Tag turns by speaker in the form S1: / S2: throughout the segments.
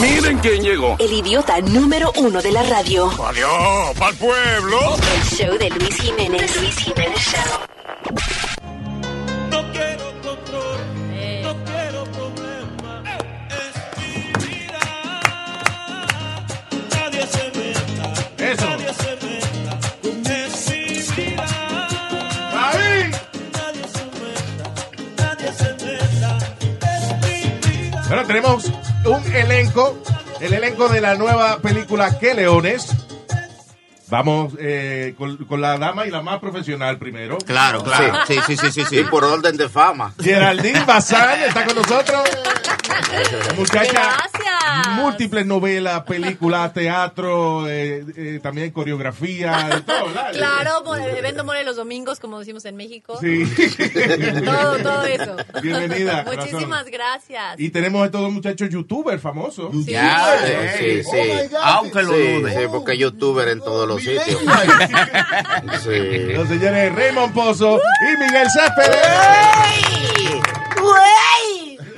S1: Miren quién llegó.
S2: El idiota número uno de la radio.
S1: Adiós, pa'l pueblo.
S2: El show de Luis Jiménez. Luis Jiménez Show.
S3: No quiero control, no quiero problema. Es mi vida. Nadie se meta,
S4: Eso.
S3: nadie se meta. Es mi vida.
S4: Ahí.
S3: Nadie se meta, nadie se meta. Es mi vida.
S4: Bueno, tenemos un elenco, el elenco de la nueva película Que Leones. Vamos eh, con, con la dama y la más profesional primero.
S5: Claro, claro. Sí, sí, sí, sí. sí.
S6: Y por orden de fama.
S4: Geraldine Bazán está con nosotros. Muchacha,
S7: Gracias.
S4: múltiples novelas, películas, teatro, eh, eh, también coreografía, de todo, ¿verdad?
S7: Claro, mo- vendo mole los domingos, como decimos en México.
S4: Sí.
S7: Todo, todo eso.
S4: Bienvenida, corazón.
S7: Muchísimas gracias.
S4: Y tenemos a estos dos muchachos youtubers famosos.
S7: Sí.
S6: Ya, eh,
S4: Hey.
S6: sí, sí.
S5: oh Aunque lo
S6: Sí,
S5: dude.
S6: sí, porque youtuber en todos los sitios. Sí.
S4: Los señores Raymond Pozo y Miguel Céspedes.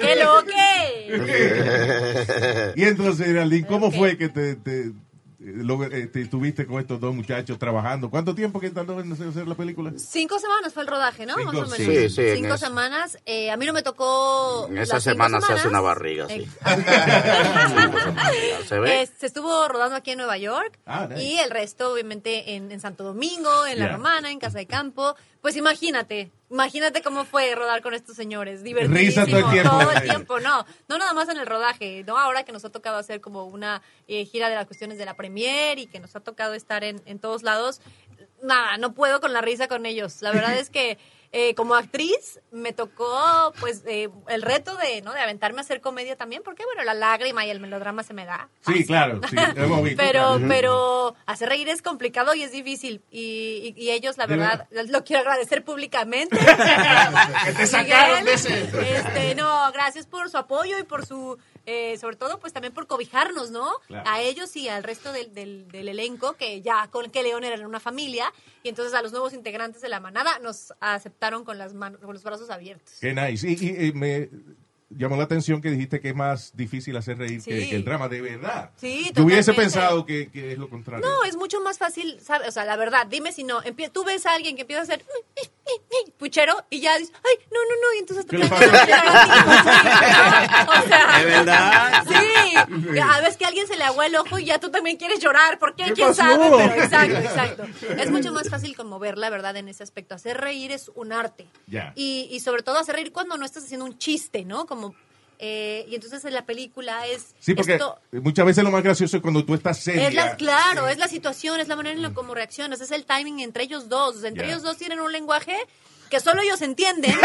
S7: ¡Qué lo que!
S4: Y entonces, Geraldine, ¿cómo fue que te, te- lo- eh, te estuviste con estos dos muchachos trabajando? ¿Cuánto tiempo que tardó en hacer hacer la película?
S7: Cinco semanas fue el rodaje, ¿no?
S4: Cinco,
S7: Más o menos.
S6: sí, sí, en
S7: Cinco
S6: eso.
S7: semanas. Eh, a mí no me tocó.
S6: En esa
S7: las cinco
S6: semana se hace una
S7: semanas.
S6: barriga, sí. ¿Se ve?
S7: Eh, se estuvo rodando aquí en Nueva York
S4: Ah, nice.
S7: y el resto obviamente en, en Santo Domingo, en La
S4: Yeah.
S7: Romana, en Casa de Campo. Pues imagínate, imagínate cómo fue rodar con estos señores,
S4: Risa
S7: divertidísimo,
S4: todo el tiempo.
S7: todo el tiempo, no, no nada más en el rodaje, no ahora que nos ha tocado hacer como una eh, gira de las cuestiones de la premier y que nos ha tocado estar en, en todos lados, nada, no puedo con la risa con ellos. La verdad es que eh, como actriz me tocó pues eh, el reto de no de aventarme a hacer comedia también, porque bueno la lágrima y el melodrama se me da.
S4: Sí, claro, sí, lo hemos visto.
S7: Pero,
S4: claro.
S7: pero hacer reír es complicado y es difícil. Y, y- y ellos, la verdad, lo quiero agradecer públicamente. que
S4: te sacaron de ese.
S7: Este, no, gracias por su apoyo y por su, eh, sobre todo, pues también por cobijarnos, ¿no?
S4: Claro.
S7: A ellos y al resto del, del- del elenco, que ya con que León eran una familia. Y entonces a los nuevos integrantes de la manada nos aceptaron con, las manos, con los brazos abiertos.
S4: Qué nice. Y, y- y me llamó la atención que dijiste que es más difícil hacer reír
S7: Sí.
S4: que, que el drama, de verdad.
S7: Sí,
S4: Yo hubiese
S7: totalmente.
S4: pensado que, que es lo contrario.
S7: No, es mucho más fácil, ¿sabes? O sea, la verdad, dime si no. empie- tú ves a alguien que empieza a hacer "Mm, eh, eh, eh", puchero y ya dices, ay, no, no, no, y entonces
S4: ¿Qué
S7: te
S4: le
S7: pones
S4: pasa?
S7: a llorar así, ¿no? O sea,
S5: ¿De verdad?
S7: Sí. A veces que a alguien se le agua el ojo y ya tú también quieres llorar. ¿Por qué?
S4: ¿Qué
S7: ¿Quién
S4: pasó?
S7: sabe? Pero exacto, exacto. Es mucho más fácil conmover, la verdad, en ese aspecto. Hacer reír es un arte.
S4: Ya.
S7: Y, y sobre todo hacer reír cuando no estás haciendo un chiste, ¿no? Como. eh, y entonces en la película es.
S4: Sí, porque
S7: esto-
S4: muchas veces lo más gracioso es cuando tú estás seria.
S7: es la, claro, es la situación, es la manera en la como reaccionas, es el timing entre ellos dos. O sea, entre
S4: Ya.
S7: ellos dos tienen un lenguaje que solo ellos entienden.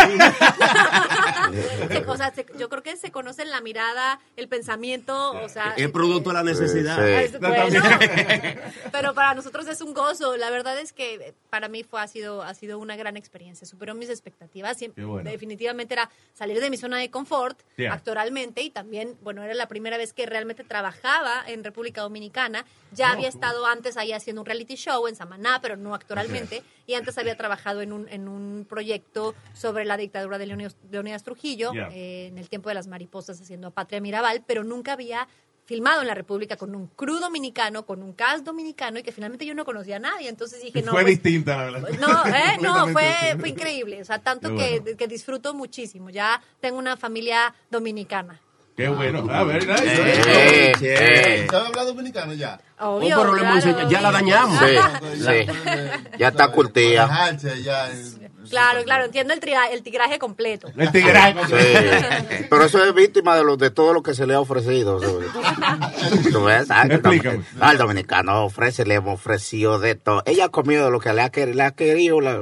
S7: Se- o sea, se- yo creo que se conocen la mirada, el pensamiento, o sea...
S5: Es producto de la necesidad.
S6: Sí.
S7: es-
S4: No,
S7: bueno,
S4: también.
S7: pero para nosotros es un gozo. La verdad es que eh, para mí fue, ha, sido, ha sido una gran experiencia. Superó mis expectativas. Siem-
S4: Qué bueno.
S7: Definitivamente era salir de mi zona de confort
S4: Yeah.
S7: actoralmente y también, bueno, era la primera vez que realmente trabajaba en República Dominicana. Ya había estado antes ahí haciendo un reality show en Samaná, pero no actoralmente. Y antes había trabajado en un, en un proyecto sobre la dictadura de Leonidas, Leonidas Trujillo
S4: Yeah.
S7: eh, en el tiempo de las mariposas haciendo a Patria Mirabal, pero nunca había filmado en la República con un crew dominicano, con un cast dominicano y que finalmente yo no conocía a nadie. Entonces dije, no,
S4: Fue
S7: pues,
S4: distinta, la verdad.
S7: no, eh, no, fue,
S4: Completamente.
S7: fue increíble. O sea, tanto
S4: Qué
S7: que,
S4: bueno.
S7: que disfruto muchísimo. Ya tengo una familia dominicana.
S4: Qué bueno. Ah, A ver, nice.
S6: Eh,
S5: Sí.
S6: eh.
S8: ¿Sabes hablar dominicano ya?
S7: Obvio,
S5: Oh, pero le hemos
S7: claro.
S5: dicho, ya la dañamos.
S6: Sí,
S8: Ya
S6: sí.
S8: puede-
S6: Ya está
S8: sabe,
S6: curtida.
S8: manejarse ya en-
S7: Claro, claro, entiendo el, tria- el tigraje completo.
S4: El tigraco.
S6: Sí. Pero eso es víctima de, lo, de todo lo que se le ha ofrecido. ¿Tú ves? ah, Ay,
S4: Explícame.
S6: Al dominicano ofrece, le hemos ofrecido de todo. Ella ha comido de lo que le ha, quer- le ha querido, la-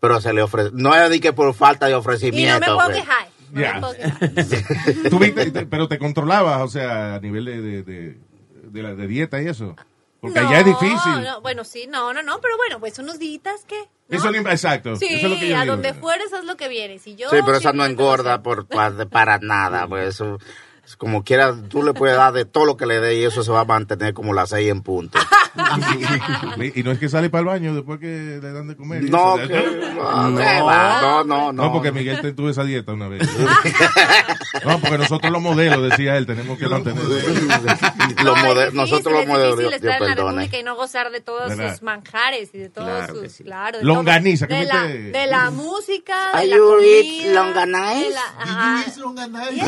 S6: pero se le ofrece. No es de que por falta de
S7: Y
S6: ofrecimiento.
S7: no me puedo
S6: pues.
S7: quejar. no me
S4: Ya.
S7: puedo quejar.
S4: Tú viste, te- pero te controlabas, o sea, a nivel de, de, de, de la, de dieta y eso. Porque
S7: No,
S4: allá es difícil.
S7: no, bueno, sí, no, no, no, pero bueno, pues unos días que.
S4: Eso ni- exacto.
S7: Sí,
S4: eso es lo que yo
S7: a
S4: digo.
S7: donde fueres haz lo que vienes. Y yo,
S6: Sí, pero esa no
S7: chingada,
S6: engorda por, pa- de- para nada. Pues eso, es como quiera, tú le puedes dar de todo lo que le dé y eso se va a mantener como las seis en punto.
S4: Le- Y no es que sale para el baño después que le dan de comer. y
S6: No,
S4: eso.
S6: que- no, que va, no, no, no.
S4: No, porque Miguel te- tuvo esa dieta una vez. No, porque nosotros los modelos, decía él, tenemos que mantener.
S6: Los
S7: No,
S6: pues, mode-
S7: es difícil,
S6: nosotros los
S7: es difícil
S6: modelos, yo,
S7: estar en la
S6: perdone.
S7: República y no gozar de todos
S4: ¿Verdad?
S7: sus manjares y de todos
S6: Claro que
S7: sus.
S6: sí.
S7: Claro, de
S4: Longaniza,
S7: todo.
S4: ¿qué
S7: de la,
S4: mete?
S7: de la música.
S6: Are
S7: De la
S6: you
S7: comida,
S6: eat longanize?
S7: de la- ajá.
S8: Did you eat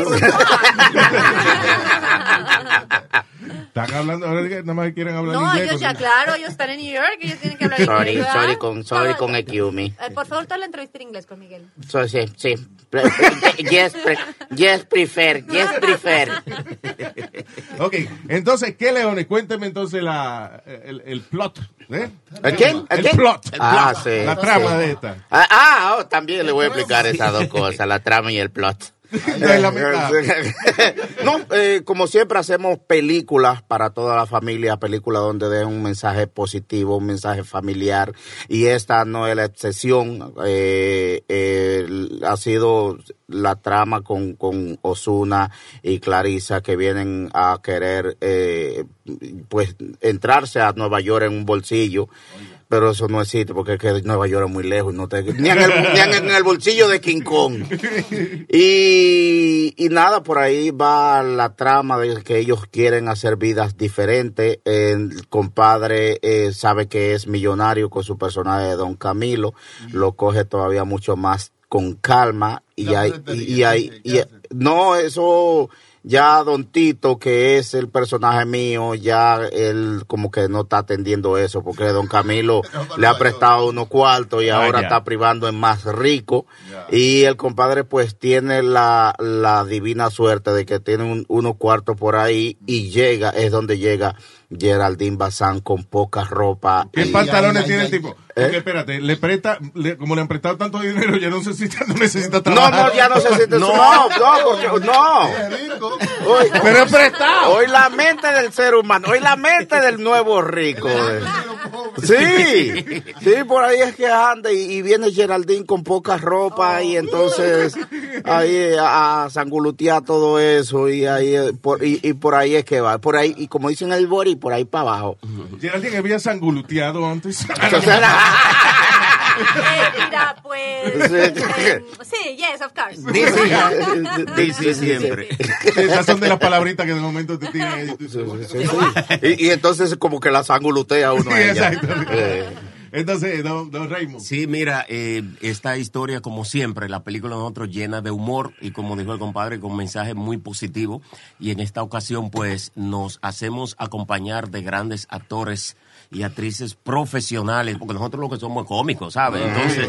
S8: longanize?
S4: Están hablando, ahora que nada más quieren hablar
S7: No,
S4: inglés.
S7: ellos ya,
S4: con-
S7: claro, ellos están en New York, ellos tienen que hablar inglés.
S6: Sorry,
S7: ¿verdad?
S6: sorry con, sorry
S7: Todo-
S6: con Ekiumi.
S7: Eh, por favor, toda la entrevista en inglés con Miguel.
S6: So, sí, sí. Pre- Yes, pre- yes, prefer, yes, prefer.
S4: Ok, entonces, ¿qué, Leones? Cuénteme entonces la, el, el plot. ¿eh?
S6: ¿El quién?
S4: El
S6: quién?
S4: plot. El
S6: Ah,
S4: plot.
S6: sí.
S4: La trama de esta.
S6: Ah, ah, oh, también le voy a explicar esas dos cosas, la trama y el plot.
S4: De la mitad.
S6: no, eh, como siempre hacemos películas para toda la familia, películas donde den un mensaje positivo, un mensaje familiar. Y esta no es la excepción. Eh, eh, ha sido la trama con, con Osuna y Clarisa que vienen a querer eh, pues entrarse a Nueva York en un bolsillo. Pero eso no existe porque es que Nueva York es muy lejos. y No te, ni, en el, ni en el bolsillo de King Kong. Y, y nada, por ahí va la trama de que ellos quieren hacer vidas diferentes. El compadre eh, sabe que es millonario con su personaje de Don Camilo. Lo coge todavía mucho más con calma. Y
S8: La
S6: ahí,
S8: boletería,
S6: y, y ahí-
S8: ¿qué
S6: y-
S8: hace?
S6: no, eso ya Don Tito, que es el personaje mío, ya él como que no está atendiendo eso, porque Don Camilo le ha prestado unos cuartos y ahora
S4: ya.
S6: está privando en más rico.
S8: Ya.
S6: Y el compadre pues tiene la, la divina suerte de que tiene un- unos cuartos por ahí y llega, es donde llega Geraldine Bazán con poca ropa.
S4: ¿Qué
S6: y-
S4: pantalones
S8: ay,
S4: tiene
S8: ay,
S4: el
S8: ay.
S4: tipo? Porque espérate, le presta, le- como le han prestado tanto dinero, ya no necesita, no necesita
S6: No,
S4: trabajar.
S6: no, ya no se siente. No, no, porque- no.
S8: Qué rico.
S6: Hoy,
S4: Pero es prestado.
S6: Hoy la mente del ser humano, hoy la mente del nuevo rico. eh.
S8: Pero pobre.
S6: Sí, sí, por ahí es que anda y, y viene Geraldine con poca ropa y entonces ahí a, a sangulutear todo eso y ahí eh, por, y, y por ahí es que va, por ahí y como dicen el bori, por ahí para abajo.
S4: Geraldine había sanguluteado antes.
S6: Entonces,
S7: Eh, mira, pues.
S6: Sí.
S7: eh, sí, yes, of course.
S5: Dice siempre.
S4: Esas son de las palabritas que de momento te tiran. ahí.
S6: y, y entonces como que la sangulutea uno a
S4: Sí,
S6: ella.
S4: exacto.
S6: Eh,
S4: Entonces, don, don Raymond.
S5: Sí, mira, eh, esta historia, como siempre, la película de nosotros llena de humor y, como dijo el compadre, con mensaje muy positivo. Y en esta ocasión, pues, nos hacemos acompañar de grandes actores y actrices profesionales, porque nosotros lo que somos es cómicos, ¿sabes? Entonces,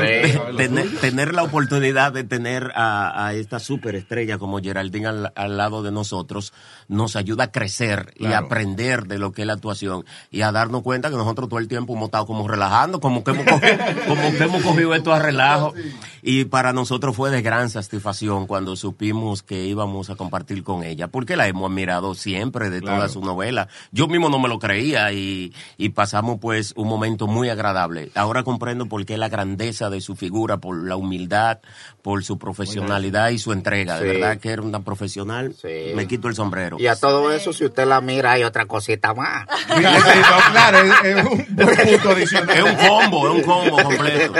S5: eh,
S4: No,
S5: tener, tener la oportunidad de tener a, a esta superestrella como Geraldine al, al lado de nosotros nos ayuda a crecer y a
S4: Claro.
S5: aprender de lo que es la actuación y a darnos cuenta que nosotros todo el tiempo hemos estado como relajando, como que hemos cogido, como que hemos cogido esto a relajo. Y para nosotros fue de gran satisfacción cuando supimos que íbamos a compartir con ella, porque la hemos admirado siempre de
S4: Claro.
S5: todas sus novelas. Yo mismo no me lo creía y, y pasamos pues un momento muy agradable. Ahora comprendo por qué la grandeza de su figura, por la humildad, por su profesionalidad y su entrega.
S6: Sí.
S5: De verdad que era una profesional.
S6: Sí.
S5: Me quito el sombrero.
S6: y a todo eso, si usted la mira, hay otra cosita más.
S4: Sí, sí, no, claro, es, es un buen punto adicional.
S5: Es un combo, es un combo completo.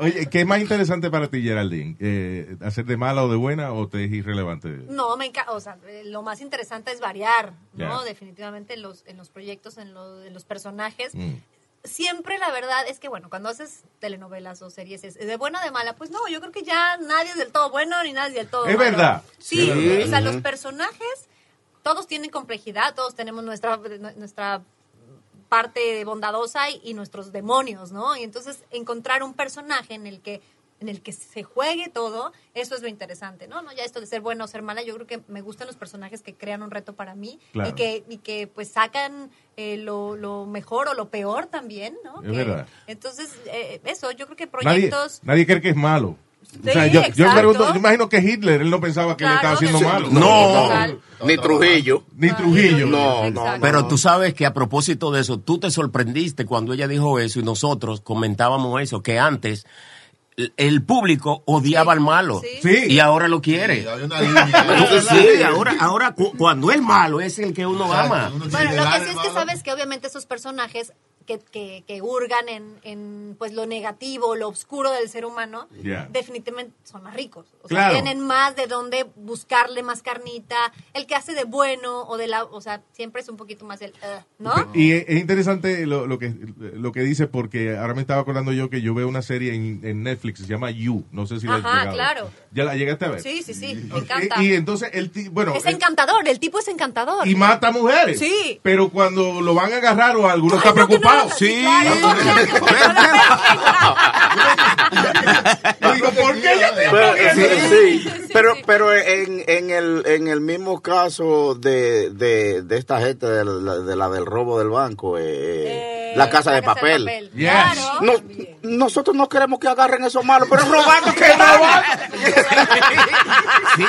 S4: Oye, ¿qué es más interesante para ti, Geraldine? Eh, ¿Hacer de mala o de buena o te es irrelevante?
S7: No, me encanta, o sea, eh, lo más interesante es variar, ¿no?
S4: Ya.
S7: Definitivamente en los, en los proyectos, en, lo- en los personajes.
S4: Mm.
S7: Siempre la verdad es que, bueno, cuando haces telenovelas o series, es de buena o de mala, pues no, yo creo que ya nadie es del todo bueno ni nadie es del todo
S4: Es
S7: malo.
S4: verdad.
S7: Sí,
S4: Es verdad.
S7: o sea, los personajes, todos tienen complejidad, todos tenemos nuestra, nuestra parte bondadosa y, y nuestros demonios, ¿no? Y entonces encontrar un personaje en el que en el que se juegue todo, eso es lo interesante, ¿no? No ya esto de ser buena o ser mala, yo creo que me gustan los personajes que crean un reto para mí
S4: Claro.
S7: y que y que pues sacan eh, lo, lo mejor o lo peor también, ¿no?
S4: Es
S7: Que-
S4: verdad.
S7: Entonces, eh, eso, yo creo que
S4: Nadie,
S7: proyectos
S4: nadie cree que es malo.
S7: Sí,
S4: yo, yo
S7: exacto.
S4: pregunto, yo imagino que Hitler, él no pensaba que le estaba
S7: Claro,
S4: haciendo
S7: sí.
S4: malo.
S5: No.
S7: Total.
S6: Ni Trujillo.
S4: Ni Trujillo.
S6: No, no,
S7: Ah, Exacto.
S5: Pero tú sabes que a propósito de eso, tú te sorprendiste cuando ella dijo eso y nosotros comentábamos eso, que antes el público odiaba al malo.
S7: Sí.
S4: Sí.
S5: Y ahora lo quiere.
S8: Había una línea.
S5: Entonces, sí, ahora, ahora cu- cuando es malo es el que uno ama.
S7: Bueno, lo que sí es que sabes que obviamente esos personajes que, que, que hurgan en, en pues lo negativo, lo oscuro del ser humano,
S4: Yeah.
S7: definitivamente son más ricos. O sea,
S4: Claro.
S7: tienen más de dónde buscarle más carnita. El que hace de bueno o de la... O sea, siempre es un poquito más el... "Ugh", ¿No?
S4: Y es es interesante lo, lo que, lo que dice porque ahora me estaba acordando yo que yo veo una serie en, en Netflix, se llama You, no sé si la has
S7: Ajá,
S4: llegado.
S7: claro.
S4: ¿Ya la llegaste a ver?
S7: Sí, sí, sí. Me
S4: Ok,
S7: encanta.
S4: Y, entonces, el ti- bueno,
S7: es
S4: eh,
S7: encantador, el tipo es encantador.
S4: y mata mujeres.
S7: Sí.
S4: Pero cuando lo van a agarrar o alguno está
S7: no, que no
S4: preocupado.
S7: lo-
S4: Sí.
S7: claro, claro, que pasó la película.
S4: Yo digo, ¿por qué yo te-
S6: Pero, eh, sí,
S7: Sí, sí,
S6: pero,
S7: sí.
S6: pero en, en, el, en el mismo caso de, de, de esta gente, de la, de la del robo del banco, eh, eh,
S7: Eh,
S6: la casa de papel.
S4: Yes.
S7: Claro.
S6: No, nosotros no queremos que agarren esos malos, pero robando que no van.
S5: Sí,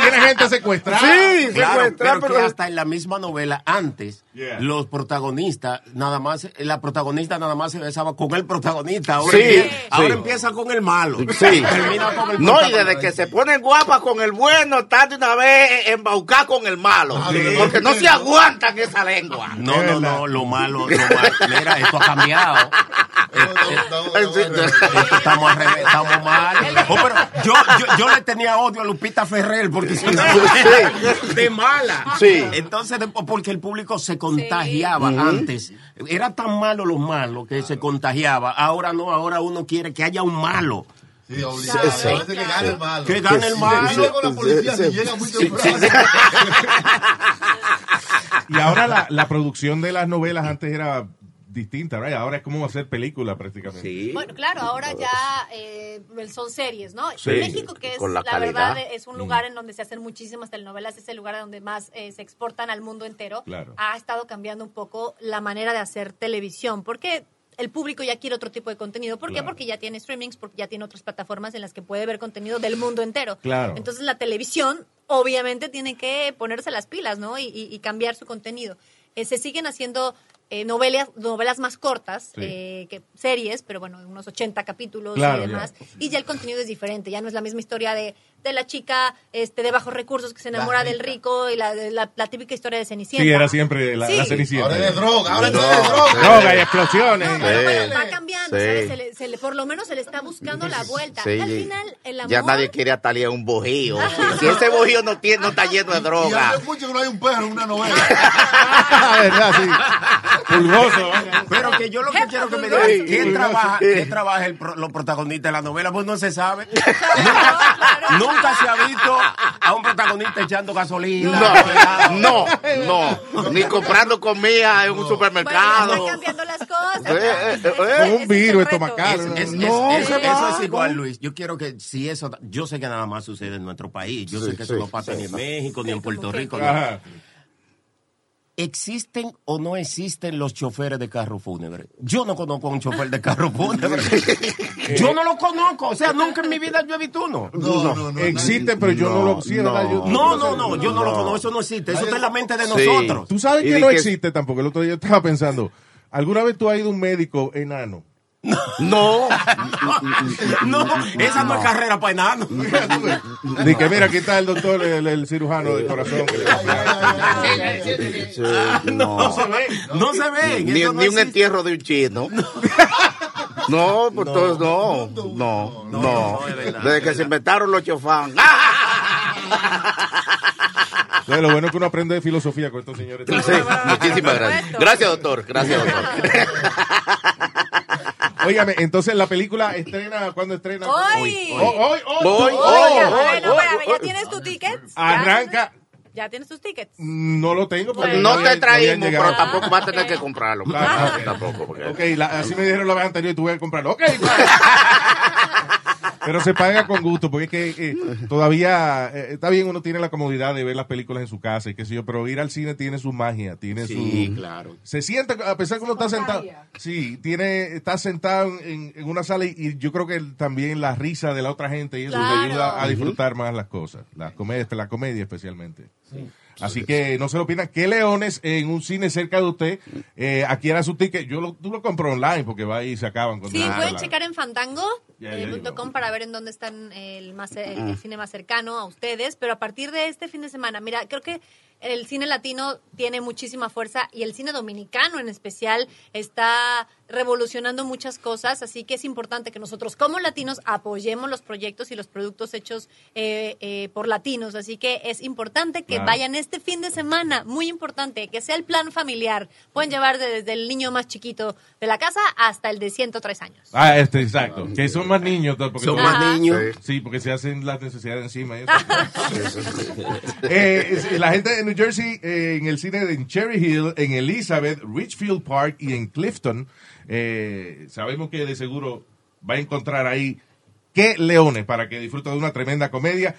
S4: Tiene gente secuestrada.
S6: Sí,
S5: Claro,
S6: secuestrar,
S5: pero que
S6: pero-
S5: hasta en la misma novela antes
S4: Yeah.
S5: los protagonistas nada más la protagonista nada más se besaba con el protagonista ahora,
S6: Sí,
S5: empie-
S6: sí.
S5: ahora empieza con el malo
S6: Sí.
S5: termina con el
S6: No, y
S5: protagonista.
S6: desde que se ponen guapas con el bueno, están de una vez embaucadas con el malo.
S8: Ah, sí.
S6: Porque no se aguantan esa lengua.
S5: no no no lo malo lo malo mira esto ha cambiado Esto estamos, al revés, estamos mal. Oh, pero yo, yo, yo le tenía odio a Lupita Ferrer porque se de mala.
S6: Sí.
S5: Entonces, de- porque el público se contagiaba antes. Era tan malo los malos que se contagiaba. Ahora no, ahora uno quiere que haya un malo.
S8: Sí, obligado.
S6: Sí, sí.
S8: Parece que gana el malo.
S5: Que gane el malo.
S8: Si llega la policía, si llega muy temprano.
S4: Y ahora la, la producción de las novelas antes era distinta, right? ahora es como hacer película prácticamente.
S7: Bueno, claro, ahora ya eh, son series, ¿no?
S4: Sí.
S7: México, que es
S6: Con la
S7: la,
S6: calidad.
S7: verdad, es
S4: Mm.
S7: un lugar en donde se hacen muchísimas telenovelas, es el lugar donde más eh, se exportan al mundo entero.
S4: Claro.
S7: Ha estado cambiando un poco la manera de hacer televisión, porque el público ya quiere otro tipo de contenido. ¿Por qué?
S4: Claro.
S7: Porque ya tiene streamings, porque ya tiene otras plataformas en las que puede ver contenido del mundo entero.
S4: Claro.
S7: Entonces la televisión obviamente tiene que ponerse las pilas, ¿no? Y, y- y cambiar su contenido. Eh, se siguen haciendo eh, novelas, novelas más cortas,
S4: Sí.
S7: eh, que series, pero bueno, unos 80 capítulos
S4: Claro,
S7: y demás. Y ya el contenido es diferente, ya no es la misma historia de, de la chica este, de bajos recursos que se
S8: La
S7: enamora del
S8: rica.
S7: rico y la, de la, la típica historia de Cenicienta.
S4: Sí, era siempre la,
S7: Sí.
S4: la cenicienta.
S8: Ahora es de droga, ahora es de
S6: No.
S8: droga.
S4: Droga y explosiones.
S7: No, pero
S6: Sí.
S7: bueno, va cambiando,
S6: Sí.
S7: ¿sabes? Se le- se le- por lo menos se le está buscando la vuelta.
S6: Sí,
S7: Y al
S6: sí.
S7: final, el amor...
S6: Ya nadie quiere atalía un bojío. Si- Si ese bojío no, tiene, no está lleno de
S8: Y hace
S6: droga.
S8: mucho que no hay un perro en una novela.
S6: Ah,
S4: ¿Verdad? Sí. Pulgoso.
S5: Pero que yo lo que quiero que me digas es quién trabaja, quién trabaja el pro- los protagonistas de la novela, pues no se sabe. Nunca, nunca se ha visto a un protagonista echando gasolina.
S6: No,
S5: pegado.
S6: no, no. Ni comprando comida en un
S7: Bueno,
S6: supermercado.
S7: están cambiando las cosas.
S6: Eh, eh, eh,
S7: Ese-
S6: eh.
S7: ese
S4: Con un
S7: es el
S4: virus
S7: reto.
S4: estomacal.
S5: Es- es-
S6: No,
S5: es-
S6: se
S5: es-
S6: va.
S5: eso es igual, Luis. Yo quiero que si eso, yo sé que nada más sucede en nuestro país. Yo sé que eso
S6: sí,
S5: no pasa ni en México ni en Puerto Rico. ni-
S4: Ajá.
S5: ¿Existen o no existen los choferes de carro fúnebre? Yo no conozco a un chofer de carro fúnebre. yo no lo conozco. O sea, nunca en mi vida yo he visto uno.
S8: No, no, no.
S4: Existen, pero yo no, lo sí, ¿verdad? Yo-
S5: No, no, no, yo no, lo conozco, eso no existe, eso está en la mente de nosotros.
S4: Tú sabes
S6: Y
S4: que
S6: di
S4: no
S6: que-
S4: existe tampoco. El otro día estaba pensando. ¿Alguna vez tú has ido a un médico enano?
S6: No.
S5: No, esa no es carrera para enanos.
S4: De que mira, aquí está el doctor, el, el cirujano de corazón. que le-
S6: Sí,
S5: No
S6: no.
S5: se ve, no se ve.
S6: Ni,
S5: eso no
S6: ni un
S5: existe.
S6: entierro de un chino. No, pues todos no. No, no.
S5: no, es verdad,
S6: Desde que se inventaron los chofán. ¡Ah!
S4: Entonces, lo bueno es que uno aprende de filosofía con estos señores.
S6: Sí, muchísimas gracias. Gracias, doctor. Gracias, doctor.
S4: Óigame, entonces la película estrena, ¿cuándo estrena?
S7: Hoy.
S4: Hoy, hoy,
S6: Hoy,
S4: oh,
S6: hoy.
S7: Oye, bueno, bueno,
S6: oh,
S7: espérame,
S6: oh.
S7: ¿ya tienes tus tickets? ¿Ya
S4: Arranca.
S7: tienes- ¿Ya tienes tus tickets?
S4: No lo tengo. porque
S6: No
S4: habían-
S6: te
S4: habían
S6: traímos,
S4: llegado.
S6: pero tampoco
S7: Ah,
S6: vas a tener
S7: ok.
S6: que comprarlo.
S4: Ah,
S6: Tampoco, porque-
S4: Ok, la- así me dijeron la vez anterior y tuve que comprarlo. Ok, bye. Pero se paga con gusto, porque es que eh, todavía eh, está bien, uno tiene la comodidad de ver las películas en su casa y qué sé yo, pero ir al cine tiene su magia, tiene
S5: Sí,
S4: su.
S5: claro.
S4: Se siente, a pesar que uno está sentado. Sí, tiene, está sentado en, en una sala y, y yo creo que el- también la risa de la otra gente y eso
S7: Claro.
S4: te ayuda a disfrutar más las cosas, las comedias, la comedia especialmente. Así que no se lo pierdan. ¿Qué leones en un cine cerca de usted? Eh, aquí era su ticket. Yo lo, tú lo compro online porque va y se acaban con
S7: Sí,
S4: nada,
S7: pueden
S4: la-
S7: checar en fandango.com
S4: Ya, ya, ya.
S7: para ver en dónde están el, más, el, el cine más cercano a ustedes, pero a partir de este fin de semana, mira, creo que el cine latino tiene muchísima fuerza y el cine dominicano en especial está revolucionando muchas cosas, así que es importante que nosotros como latinos apoyemos los proyectos y los productos hechos eh, eh, por latinos, así que es importante que
S4: Claro.
S7: vayan este fin de semana, muy importante, que sea el plan familiar, pueden llevar de- desde el niño más chiquito de la casa hasta el de 103 años.
S4: Ah, este, exacto. Que son más niños. Porque
S5: Son
S4: son-
S5: más
S7: Ajá.
S5: niños.
S4: Sí, porque se hacen las necesidades encima. y eso. Eh, es- la gente de New Jersey, eh, en el cine de en Cherry Hill, en Elizabeth, Richfield Park y en Clifton, eh, sabemos que de seguro va a encontrar ahí qué leones para que disfruten de una tremenda comedia.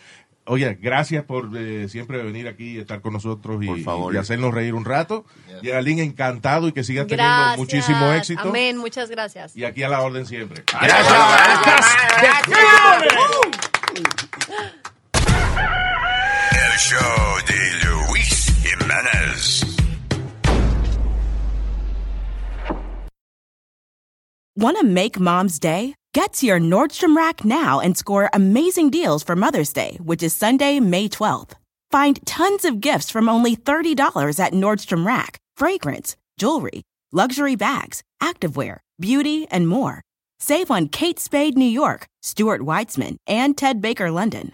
S4: Oye, gracias por eh, siempre venir aquí y estar con nosotros y,
S5: Por favor.
S4: y hacernos reír un rato. Y encantado y que sigas teniendo
S7: Gracias.
S4: muchísimo éxito.
S7: Amén, muchas gracias.
S4: Y aquí a la orden siempre.
S1: El show de Luis Jiménez.
S9: Want to make mom's day? Get to your Nordstrom Rack now and score amazing deals for Mother's Day, which is Sunday, May 12th. Find tons of gifts from only $30 at Nordstrom Rack fragrance, jewelry, luxury bags, activewear, beauty, and more. Save on Kate Spade New York, Stuart Weitzman, and Ted Baker London.